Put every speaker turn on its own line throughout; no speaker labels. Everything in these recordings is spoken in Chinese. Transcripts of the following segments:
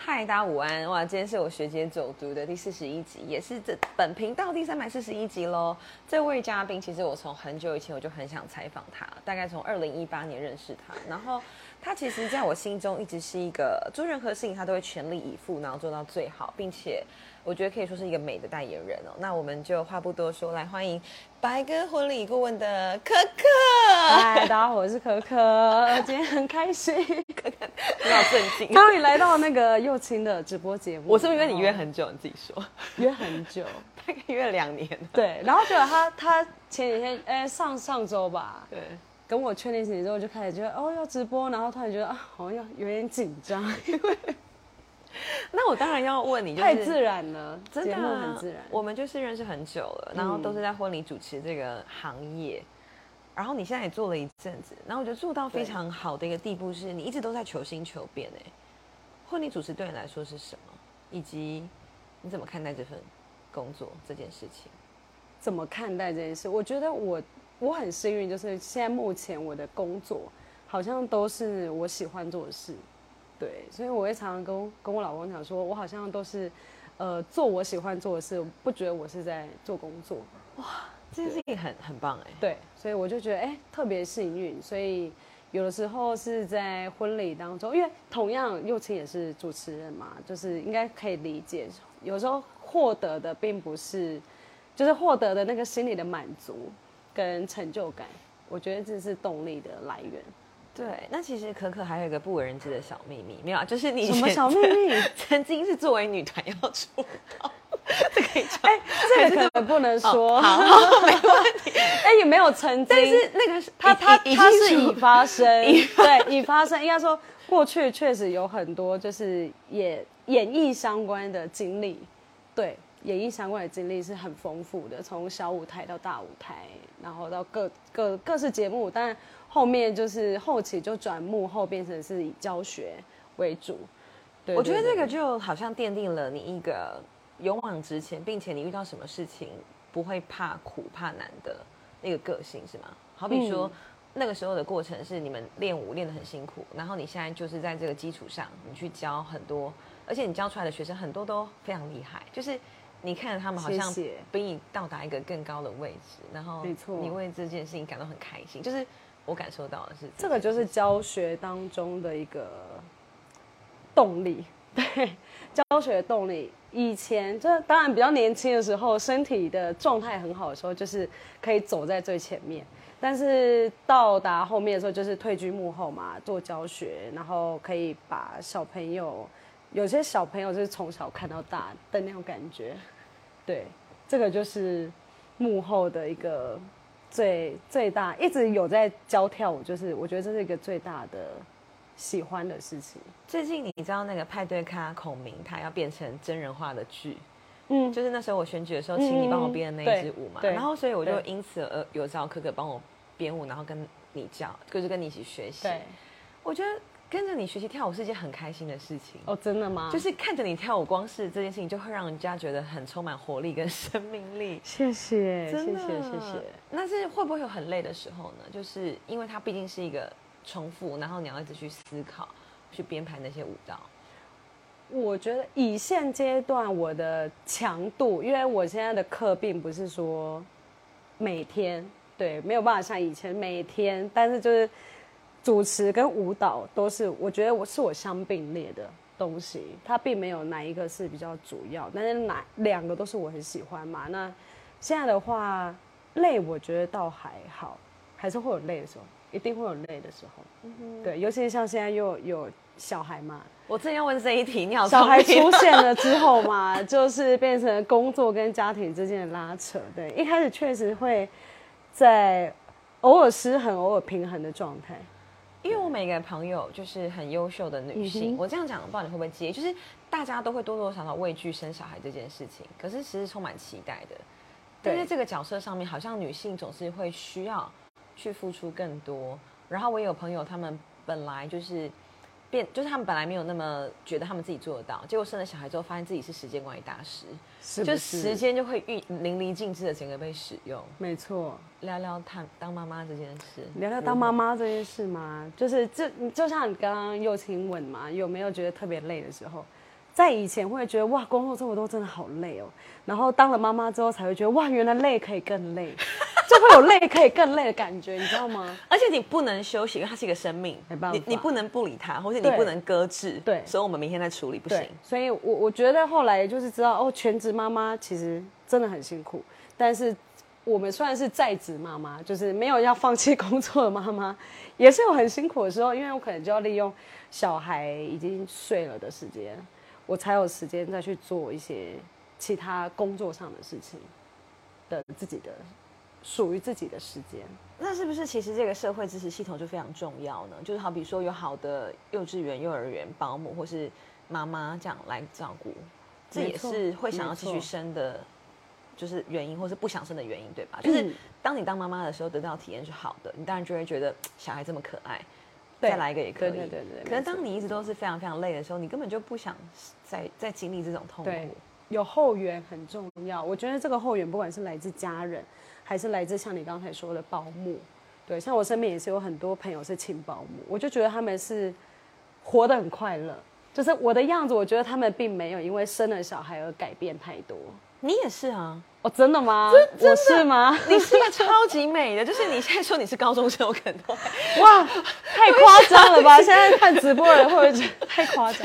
嗨，大家午安！哇，今天是我学姐走读的第四十一集，也是这本频道第三百四十一集喽。这位嘉宾，其实我从很久以前我就很想采访他，大概从二零一八年认识他。然后他其实在我心中一直是一个做任何事情他都会全力以赴，然后做到最好，并且我觉得可以说是一个美的代言人哦。那我们就话不多说，来欢迎白鸽婚礼顾问的可可。
嗨，大家好，我是可可，今天很开心，
不要震惊，
终于来到那个幼青的直播节目。
我是不是约你约很久？你自己说，
约很久？
大概约了两年了。
对，然后结果他他前几天，哎、上上周吧，
对。
跟我确定事情之后，就开始觉得哦要直播，然后突然觉得啊好像有点紧 张，
那我当然要问你，就是
太自然了，
真的
节目
啊
很自然。嗯
我们就是认识很久了，然后都是在婚礼主持这个行业，然后你现在也做了一阵子，然后我觉得做到非常好的一个地步是，你一直都在求新求变哎。婚礼主持对你来说是什么？以及你怎么看待这份工作这件事情？
怎么看待这件事？我觉得我我很幸运，就是现在目前我的工作好像都是我喜欢做的事，对，所以我会常常跟我跟我老公讲说，我好像都是呃做我喜欢做的事，我不觉得我是在做工作，
这件事情很很棒哎，
对，所以我就觉得哎、特别幸运，所以。有的时候是在婚礼当中，因为同样幼青也是主持人嘛，就是应该可以理解。有时候获得的并不是就是获得的那个心理的满足跟成就感，我觉得这是动力的来源。
对。那其实可可还有一个不为人知的小秘密，没有啊，就是你以
什么
前
小秘密？
曾经是作为女团要出道， 这可以讲。
哎这个可能不能说，
好，
哎、也没有曾经，
但是那个是
他他
已已
他
经
是
出
已发生，对，已发生，应该说过去确实有很多就是演演艺相关的经历，对，演艺相关的经历是很丰富的，从小舞台到大舞台，然后到各各各式节目，但后面就是后期就转幕后变成是以教学为主。对
我觉得
对
这个
对
就好像奠定了你一个勇往直前，并且你遇到什么事情不会怕苦怕难的那个个性，是吗？好比
嗯
说、那个时候的过程是你们练舞练得很辛苦，然后你现在就是在这个基础上，你去教很多，而且你教出来的学生很多都非常厉害，就是你看着他们好像
谢谢
比你到达一个更高的位置，然后
没错
你为这件事情感到很开心，就是我感受到的是
这个就是教学当中的一个动力，对，教学的动力。以前这当然比较年轻的时候，身体的状态很好的时候，就是可以走在最前面。但是到达后面的时候，就是退居幕后嘛，做教学，然后可以把小朋友，有些小朋友就是从小看到大的那种感觉。对，这个就是幕后的一个最最大，一直有在教跳舞，就是我觉得这是一个最大的喜欢的事情。
最近你知道那个派对咖孔明他要变成真人化的剧，
嗯，
就是那时候我选举的时候，请你帮我编的那一支舞嘛，
嗯对对
然后所以我就
对
因此而有找可可帮我编舞，然后跟你教，就是跟你一起学习。
对，
我觉得跟着你学习跳舞是一件很开心的事情。
哦，真的吗？
就是看着你跳舞，光是这件事情就会让人家觉得很充满活力跟 生命力。
谢谢，
真
谢
的，
谢，谢谢。。
但是会不会有很累的时候呢？就是因为它毕竟是一个重复，然后你要一直去思考、去编排那些舞蹈。
我觉得以现阶段我的强度，因为我现在的课并不是说每天，对，没有办法像以前每天，但是就是主持跟舞蹈都是，我觉得我是我相并列的东西，它并没有哪一个是比较主要，但是哪两个都是我很喜欢嘛。那现在的话，累我觉得倒还好，还是会有累的时候，一定会有累的时候，对，尤其是像现在又有小孩嘛。
我正要问这一题，你好，哦
小孩出现了之后嘛，就是变成工作跟家庭之间的拉扯。对，一开始确实会在偶尔失衡、偶尔平衡的状态。
因为我每个朋友就是很优秀的女性，
嗯哼
我这样讲，我不知道你会不会介意，就是大家都会多多少少畏惧生小孩这件事情，可是其实充满期待的。但是
对
这个角色上面，好像女性总是会需要去付出更多。然后我也有朋友，他们本来就是变，就是他们本来没有那么觉得他们自己做得到，结果生了小孩之后，发现自己是时间管理大师，
是
就时间就会运淋漓尽致的整个被使用。
没错，
聊聊谈当妈妈这件事，嗯
聊聊当妈妈这件事嘛，就是这就像你刚刚幼青问嘛，有没有觉得特别累的时候？在以前会觉得哇，工作这么多真的好累哦，然后当了妈妈之后才会觉得哇，原来累可以更累， 就会有累可以更累的感觉，你知道吗？
而且你不能休息，因为它是一个生命
没办，法
你你不能不理它，或者你
对
不能搁置。
对
所以我们明天再处理不行
对。，所以我我觉得后来就是知道哦，全职妈妈其实真的很辛苦，但是我们虽然是在职妈妈，就是没有要放弃工作的妈妈，也是有很辛苦的时候，因为我可能就要利用小孩已经睡了的时间，我才有时间再去做一些其他工作上的事情的自己的属于自己的时间。
那是不是其实这个社会支持系统就非常重要呢？就是好比说有好的幼稚园、幼儿园保姆或是妈妈这样来照顾，这
没
也
错
是会想要
没
继续
错
生的，就是原因，或是不想生的原因，对吧？就是
嗯
当你当妈妈的时候得到体验是好的，你当然就会觉得嘖小孩这么可爱，
对
再来一个也可以。
对对对对对
可是
没错
当你一直都是非常非常累的时候，你根本就不想再再经历这种痛
对
苦。，
有后援很重要。我觉得这个后援，不管是来自家人，还是来自像你刚才说的保姆，对，像我身边也是有很多朋友是请保姆，我就觉得他们是活得很快乐。就是我的样子，我觉得他们并没有因为生了小孩而改变太多。
你也是 啊，
哦，真的吗？我是吗？
你是个超级美的，就是你现在说你是高中生，我可 能都会
哇，太夸张了吧！现在看直播的人会不会觉得太夸 张？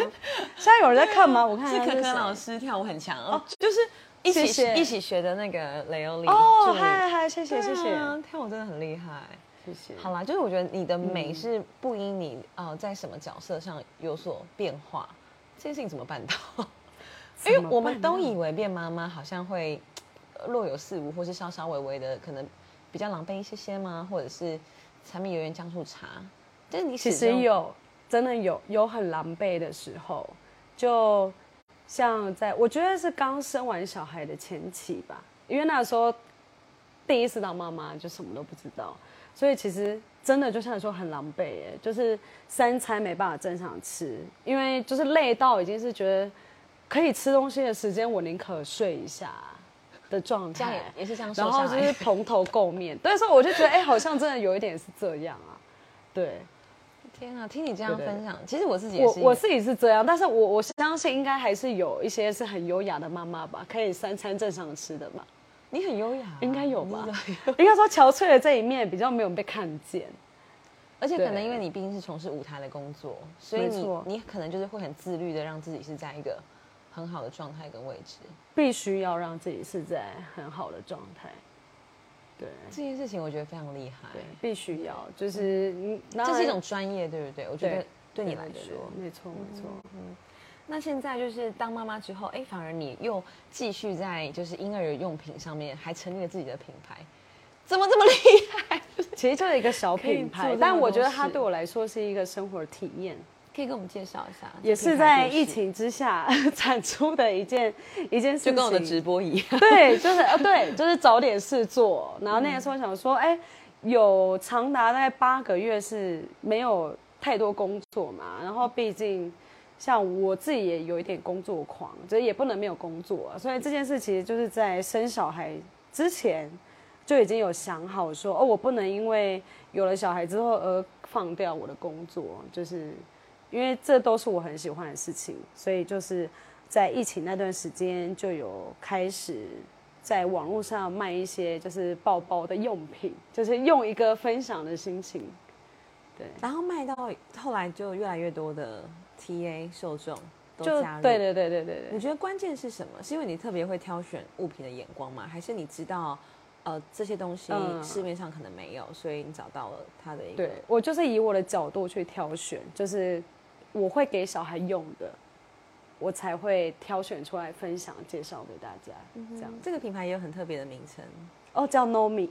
现在有人在看吗？我看
是
一下
可可
谁
老师跳舞很强哦，就是一起
谢谢
一起学的那个雷欧里
哦，
助理
嗨嗨，谢谢
对
谢谢
啊跳舞真的很厉害。嗯
谢谢。
好啦，就是我觉得你的美是不因你呃在什么角色上有所变化，这件事情怎么办 到？因为我们都以为变妈妈好像会呃若有似无，或是稍稍微微的，可能比较狼狈一些些吗？或者是柴米油盐酱醋茶？但是你
其
始
实
终，
有，真的有有很狼狈的时候，就像在我觉得是刚生完小孩的前期吧，因为那时候第一次当妈妈就什么都不知道，所以其实真的就像你说很狼狈耶，就是三餐没办法正常吃，因为就是累到已经是觉得可以吃东西的时间，我宁可睡一下的状
这样
态
也。也是这样瘦
然
下
后
来。
就是蓬头垢面，对，所以我就觉得，哎、好像真的有一点是这样啊，对。
天啊，听你这样
对对
分享，其实我自己也
我
是一
我
个
自己是这样，但是我我相信应该还是有一些是很优雅的妈妈吧，可以三餐正常吃的吧，
你很优雅啊、
应该有吧
你是个
应该说憔悴的这一面比较没有被看见。
而且可能
对
因为你毕竟是从事舞台的工作，所以
没
你
错
你可能就是会很自律的，让自己是在一个很好的状态跟位置。
必须要让自己是在很好的状态，对
这件事情我觉得非常厉害，
对，必须要，就是你
这是一种专业，对不对？我觉得
对
对你来说，嗯
没错没错，
那现在就是当妈妈之后，哎，反而你又继续在就是婴儿用品上面还成立了自己的品牌，怎么这么厉害？
其实就是一个小品
可以
牌
做，这么
但我
多
觉得它
事
对我来说是一个生活体验。
可以给我们介绍一下，
也是在疫，情之下 产出的一件一件
就
事情，
跟我的直播一样。
对，就是呃，对，就是找点事做。然后那个时候想说，哎、有长达大概八个月是没有太多工作嘛。然后毕竟像我自己也有一点工作狂，就是也不能没有工作、啊。所以这件事其实就是在生小孩之前就已经有想好说，哦，我不能因为有了小孩之后而放掉我的工作，就是因为这都是我很喜欢的事情，所以就是在疫情那段时间就有开始在网络上卖一些就是抱抱的用品，就是用一个分享的心情。对，
然后卖到后来就越来越多的 TA 受众都
就
加入。
对对对对对
你
对，
觉得关键是什么？是因为你特别会挑选物品的眼光吗？还是你知道，呃，这些东西
嗯
市面上可能没有，所以你找到了它的一个
对我就是以我的角度去挑选，就是我会给小孩用的，我才会挑选出来分享介绍给大家，
嗯
这样。
这个品牌也有很特别的名称，
哦，叫 Nomi，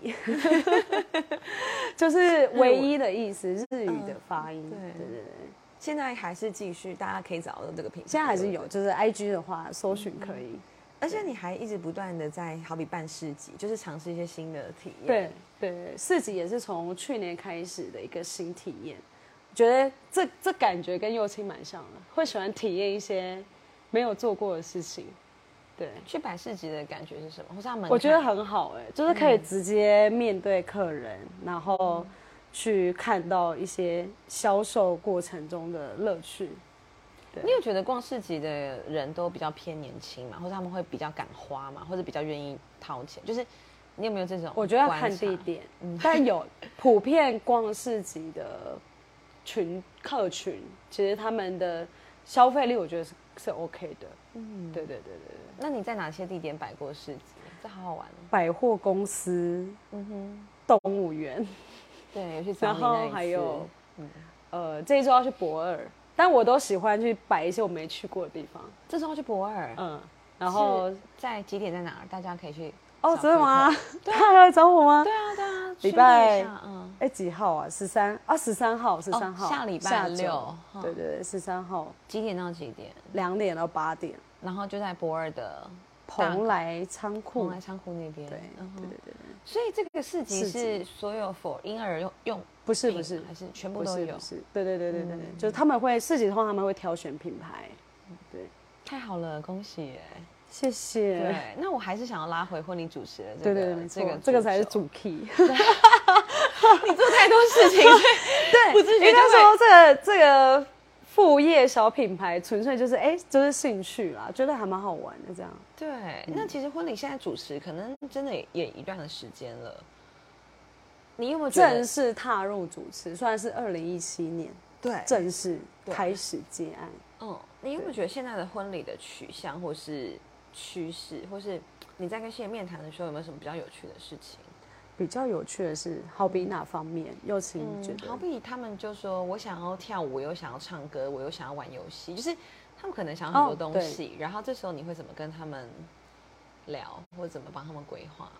就是唯一的意思，日语的发音。
嗯对
对对对，
现在还是继续，大家可以找到这个品牌。
现在还是
对嗯不
有，
对，
就是 IG 的话搜寻可以。
而且你还一直不断的在好比办市集，就是尝试一些新的体验。
对，对对，四级也是从去年开始的一个新体验，觉得这这感觉跟幼青蛮像的，会喜欢体验一些没有做过的事情。对，
去摆市集的感觉是什么？或是他们
我觉得很好哎、就是可以直接面对客人，然后去看到一些销售过程中的乐趣。对
你有觉得逛市集的人都比较偏年轻嘛，或者他们会比较敢花嘛，或者比较愿意掏钱？就是你有没有这种？
我觉得要看地。点，嗯但有普遍逛市集的群客群，其实他们的消费力我觉得是是 OK 的。嗯，对对对对对，
那你在哪些地点摆过市集？这好好玩哦。
百货公司，
嗯哼，
动物园，
对，有去找
然
你那
后
一次
还有，呃，这一周要去博尔，但我都喜欢去摆一些我没去过的地方。
这时候去博尔，
嗯，然后
是在几点在哪儿？大家可以去。
哦，真的吗？ 他还来找我吗？
对啊，对啊，
礼
去那
拜
一下嗯，
哎，几号啊？十三啊，十三号，十三号，
哦下礼拜
周
六
对对对，十三号
几点到几点？
两点到八点，
然后就在博尔的
蓬莱仓
蓬
库。
莱仓库那边。
对
嗯
对
哼
对对，对
所以这个市集
市集
是所有 for 婴儿用用品，
不是不是
还是全部
不
都
是
有嗯
不，是，对对对对对，对就是他们会市集的话，他们会挑选品牌。对，
太好了，恭喜耶！
谢谢。
对，那我还是想要拉回婚礼主持的这
对
个，
对对，没
这
错
个，
这个才是
主轴。
主 key。
你做太多事情，所以
对，
不自觉
因为那
就会
时候这个这个副业小品牌，纯粹就是哎，就是兴趣啦，觉得还蛮好玩的这样。
对。那其实婚礼现在主持可能真的也也一段的时间了，你有没有觉
正
得？
式踏入主持，虽然是二零一七年
对
正式
对
开始接案，
嗯，你有没有觉得现在的婚礼的取向，或是趋势，或是你在跟新人面谈的时候，有没有什么比较有趣的事情？
比较有趣的是，好比哪方面？又请你觉
嗯，好
得
比他们就说我想要跳舞，我又想要唱歌，我又想要玩游戏，就是他们可能想要很多东
哦对
西，然后这时候你会怎么跟他们聊，或者怎么帮他们规划？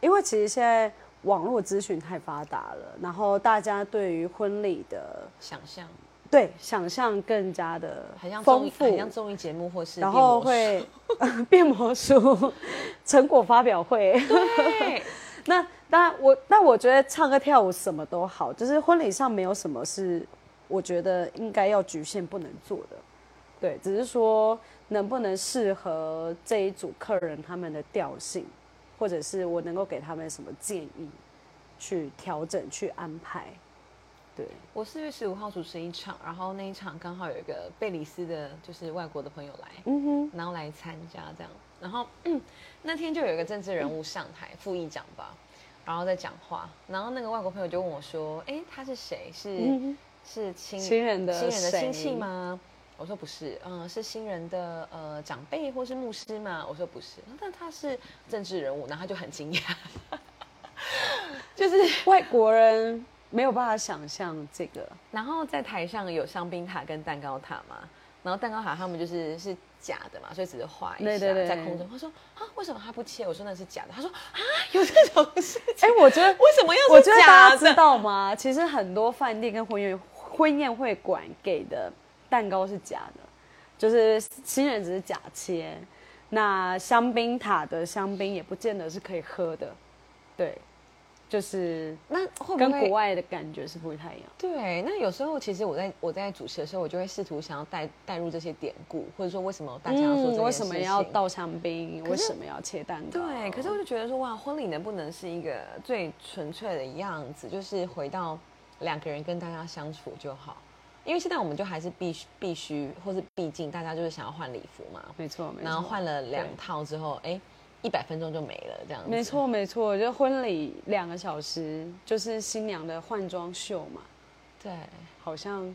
因为其实现在网络资讯太发达了，然后大家对于婚礼的
想象
对想象更加的
很像综
丰
艺，很
富，
像综艺节目或是
然
变魔
后
术
会 变魔术，成果发表会。
对，
那当然我，但我觉得唱歌跳舞什么都好，就是婚礼上没有什么是我觉得应该要局限不能做的，对，只是说能不能适合这一组客人他们的调性，或者是我能够给他们什么建议，去调整去安排，对，
我四月十五号主持一场，然后那一场刚好有一个贝里斯的，就是外国的朋友来，
嗯哼，
然后来参加这样。然后、嗯那天就有一个政治人物上台，副议长吧，然后在讲话。然后那个外国朋友就问我说：“哎，他是谁？是、
嗯
是亲
亲人的
亲人的亲戚
谁
吗？”我说不是，嗯、是新人的呃长辈或是牧师吗？我说不是，但他是政治人物，然后他就很惊讶， 就是
外国人没有办法想象这个，
然后在台上有香槟塔跟蛋糕塔嘛，然后蛋糕塔他们就是是假的嘛，所以只是画一下
对对对
在空中。他说啊，为什么他不切？我说那是假的。他说啊，有这种事 情？
哎、我觉得
为什么要
我
是
觉得大
假
家知
的？
道吗？其实很多饭店跟婚宴婚宴会馆给的蛋糕是假的，就是新人只是假切，那香槟塔的香槟也不见得是可以喝的，对，就是
那会不会
跟国外的感觉是不太一样。
对，那有时候其实我在我在主持的时候，我就会试图想要带带入这些典故，或者说为什么大家要做这件事情。
为嗯什么要倒香槟？为
是
什么要切蛋糕？
对，可是我就觉得说，哇，婚礼能不能是一个最纯粹的样子，就是回到两个人跟大家相处就好。因为现在我们就还是必须必须或是毕竟，大家就是想要换礼服嘛，
没错，没错，
然后换了两
对
套之后，哎，一百分钟就没了这样子。
没，错没错，我觉得婚礼两个小时就是新娘的换装秀嘛，
对。
好像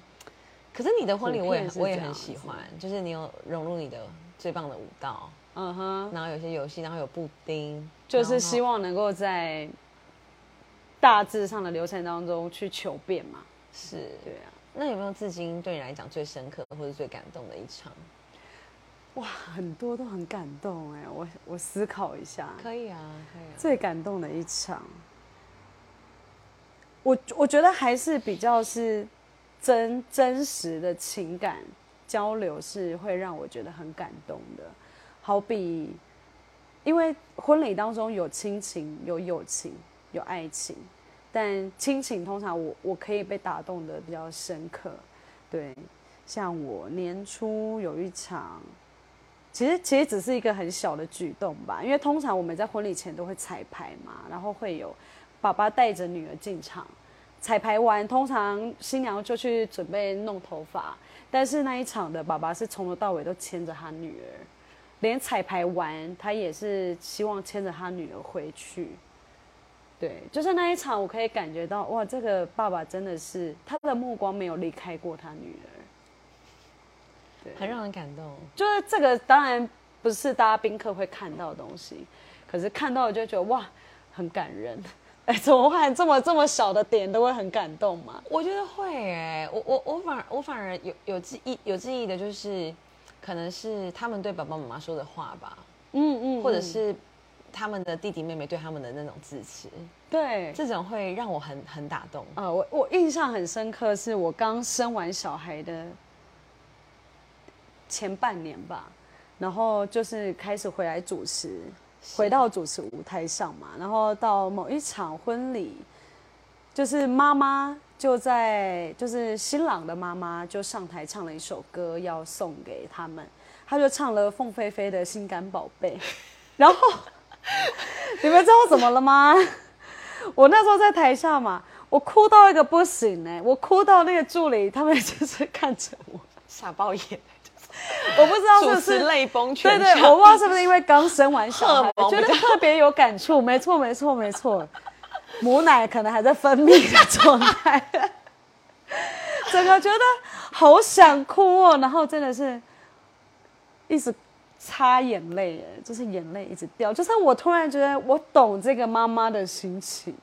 可是你的婚礼
普
我也
遍是
我也
这
很
样
喜
子
欢，就是你有融入你的最棒的舞蹈，
嗯哼。
然后有些游戏，然后有布丁，
就是
然
希
后
望能够在大致上的流程当中去求变嘛。
是。
对啊，
那有没有至今对你来讲最深刻或者最感动的一场？
哇，很多都很感动哎，我我思考一下，
可以啊，可以啊。
最感动的一场，我我觉得还是比较是真真实的情感交流是会让我觉得很感动的，好比。因为婚礼当中有亲情、有友情、有爱情，但亲情通常我我可以被打动的比较深刻。对，像我年初有一场，其实其实只是一个很小的举动吧，因为通常我们在婚礼前都会彩排嘛，然后会有爸爸带着女儿进场，彩排完，通常新娘就去准备弄头发，但是那一场的爸爸是从头到尾都牵着他女儿，连彩排完他也是希望牵着他女儿回去。对，就是那一场，我可以感觉到，哇，这个爸爸真的是他的目光没有离开过他女儿。
很让人感动。
就是这个当然不是大家宾客会看到的东西，可是看到了就觉得哇，很感人。 哎，怎么会这么这么小的点都会很感动嘛？
我觉得会哎、我我我反而我反而有有记忆有记忆的就是，可能是他们对爸爸妈妈说的话吧，
嗯嗯，
或者是他们的弟弟妹妹对他们的那种支持，
对，
这种会让我很很打动。
啊、我我印象很深刻，是我刚生完小孩的前半年吧，然后就是开始回来主持，回到主持舞台上嘛，然后到某一场婚礼，就是妈妈就在，就是新郎的妈妈就上台唱了一首歌，要送给他们，她就唱了凤飞飞的《心肝宝贝》， 然后你们知道怎么了吗？ 我那时候在台下嘛，我哭到一个不行哎、我哭到那个助理他们 就是看着我，
傻爆眼，
我不知道
主
是
持
不是。
泪崩全
对
场。
对，我不知道是不是因为刚生 完小
荷
孩
尔，蒙比
觉
较
得特别有感触。没错，没错，没错，母奶可能还在分泌的状态， 整个觉得好想哭哦，然后真的是一直擦眼泪，哎就是眼泪一直掉。就是我突然觉得我懂这个妈妈的心情，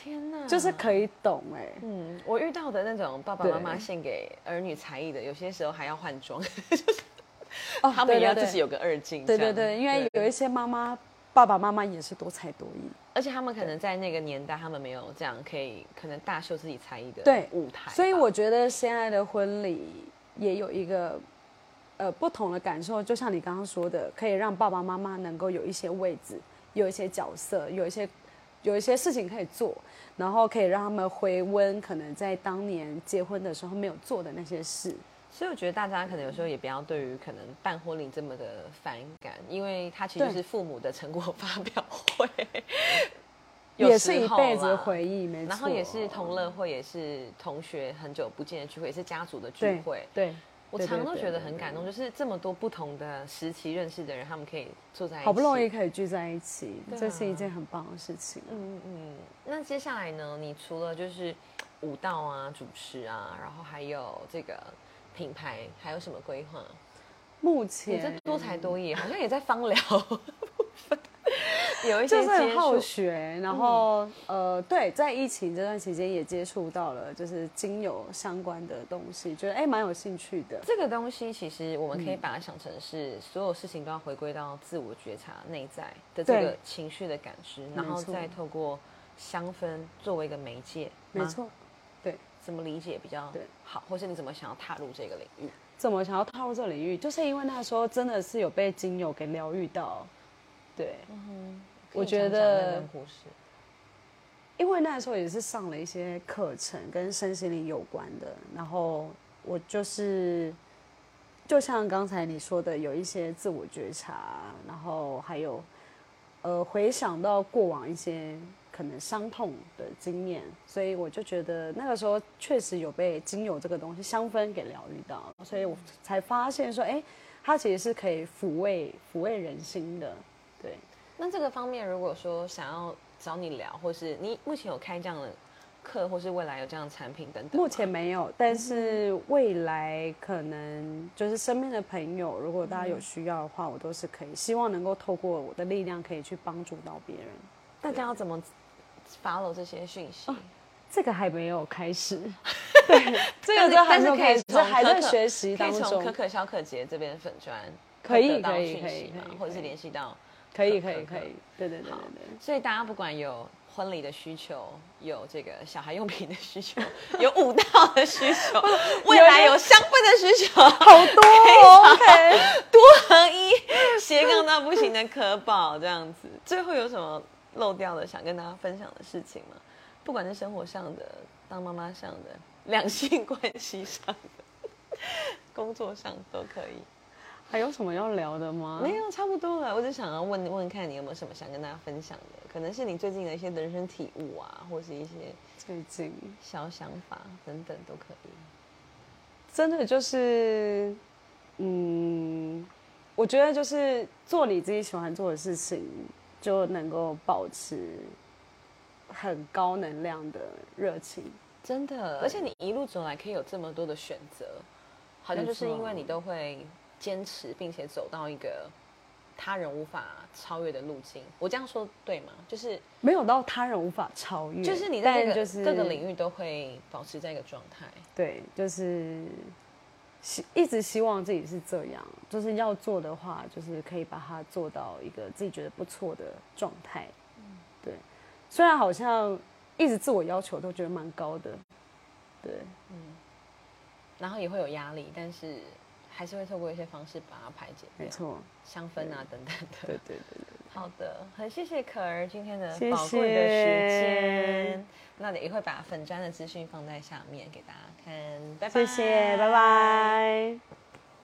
天哪，
就是可以懂哎、
嗯，我遇到的那种爸爸妈妈
对
献给儿女才艺的，有些时候还要换 装，
哦
他们也要
对对
自己有个二进。
对
这
对
样
对，因为有一些妈妈、爸爸妈妈也是多才多艺。
而且他们可能在那个年代，他们没有这样可以可能大秀自己才艺的
对
舞台吧，
所以我觉得现在的婚礼也有一个呃不同的感受，就像你刚刚说的，可以让爸爸妈妈能够有一些位置，有一些角色，有一些有一些事情可以做，然后可以让他们回温可能在当年结婚的时候没有做的那些事。
所以我觉得大家可能有时候也不要对于可能办婚礼这么的反感，因为它其实
对
是父母的成果发表会，有
也是
时
一
候
辈子的
啦
回忆，没错。
然后也是同乐会，也是同学很久不见的聚会，也是家族的聚
对
会。
对，
我
对
常
对
都
对
觉得
对
很
对
感动，就是这么多不同的时期认识的人，他们可以坐在一起，
好不容易可以聚在一起，
对啊
这是一件很棒的事情。
嗯嗯，那接下来呢？你除了就是舞蹈啊、主持啊，然后还有这个品牌，还有什么规划？
目
你这
前
多才多艺，好像也在芳疗部分有一些
就是
接
很好
触。嗯
学，然后、呃，对，在疫情这段期间也接触到了就是精油相关的东西，觉得哎蛮有兴趣的。
这个东西其实我们可以把它想成是所有事情都要回归到自我觉察、内在的这
对
个情绪的感知，然后
没错
再透过香氛作为一个媒介，
没
吗，
错，
怎么理解比较
对
好，或是你怎么想要踏入这个领域？
怎么想要踏入这领域，就是因为那时候真的是有被精油给疗愈到，对，我
可以讲
觉
讲那
得
段故事
因为那时候也是上了一些课程跟身心灵有关的，然后我就是就像刚才你说的，有一些自我觉察，然后还有呃回想到过往一些可能伤痛的经验，所以我就觉得那个时候确实有被精油这个东西香氛给疗愈到，所以我才发现说，哎、它其实是可以抚慰抚慰人心的，对。
那这个方面，如果说想要找你聊，或是你目前有开这样的课，或是未来有这样的产品等等吗，
目前没有，但是未来可能就是身边的朋友，如果大家有需要的话，我都是可以，希望能够透过我的力量，可以去帮助到别人。
大家要怎么 follow 这些讯息？
哦这个还没有开 始，
这
个就还没有开始
从
这还在
可可
学习当
可以从
中
可可小可杰这边粉砖
可以
得到
可以
讯
可以
息嘛
可以
或者是
可以
联系到。
可以
可
可以
可
可以，对对对对
好
对，
所以大家不管有婚礼的需求，有这个小孩用品的需求，有舞蹈的需求， 未来有香氛的需求，
好多 哦 OK。
多合一，斜杠到不行的可宝这样子。最后有什么漏掉的想跟大家分享的事情吗？不管是生活上的、当妈妈上的、两性关系上的、工作上都可以。
还有什么要聊的吗？
没有，差不多了。我只想要问问看你有没有什么想跟大家分享的，可能是你最近的一些人生体悟啊，或是一些
最近
小想法等等都可以。
真的就是，嗯，我觉得就是做你自己喜欢做的事情，就能够保持很高能量的热情。
真的，而且你一路走来可以有这么多的选择，好像就是因为你都会坚持，并且走到一个他人无法超越的路径。我这样说对吗？就是
没有到他人无法超越，
就是你在、这
但
个
就是
各个领域都会保持在一个状态。
对，就是希一直希望自己是这样，就是要做的话，就是可以把它做到一个自己觉得不错的状态。
嗯
对，虽然好像一直自我要求都觉得蛮高的，对，
然后也会有压力，但是还是会透过一些方式把它排解
没
掉，
错，
香氛啊等等的。
对对对
好的，很谢谢可儿今天的
谢谢
宝贵的时间，那也会把粉砖的资讯放在下面给大家看，拜拜，
对，谢谢，拜。拜。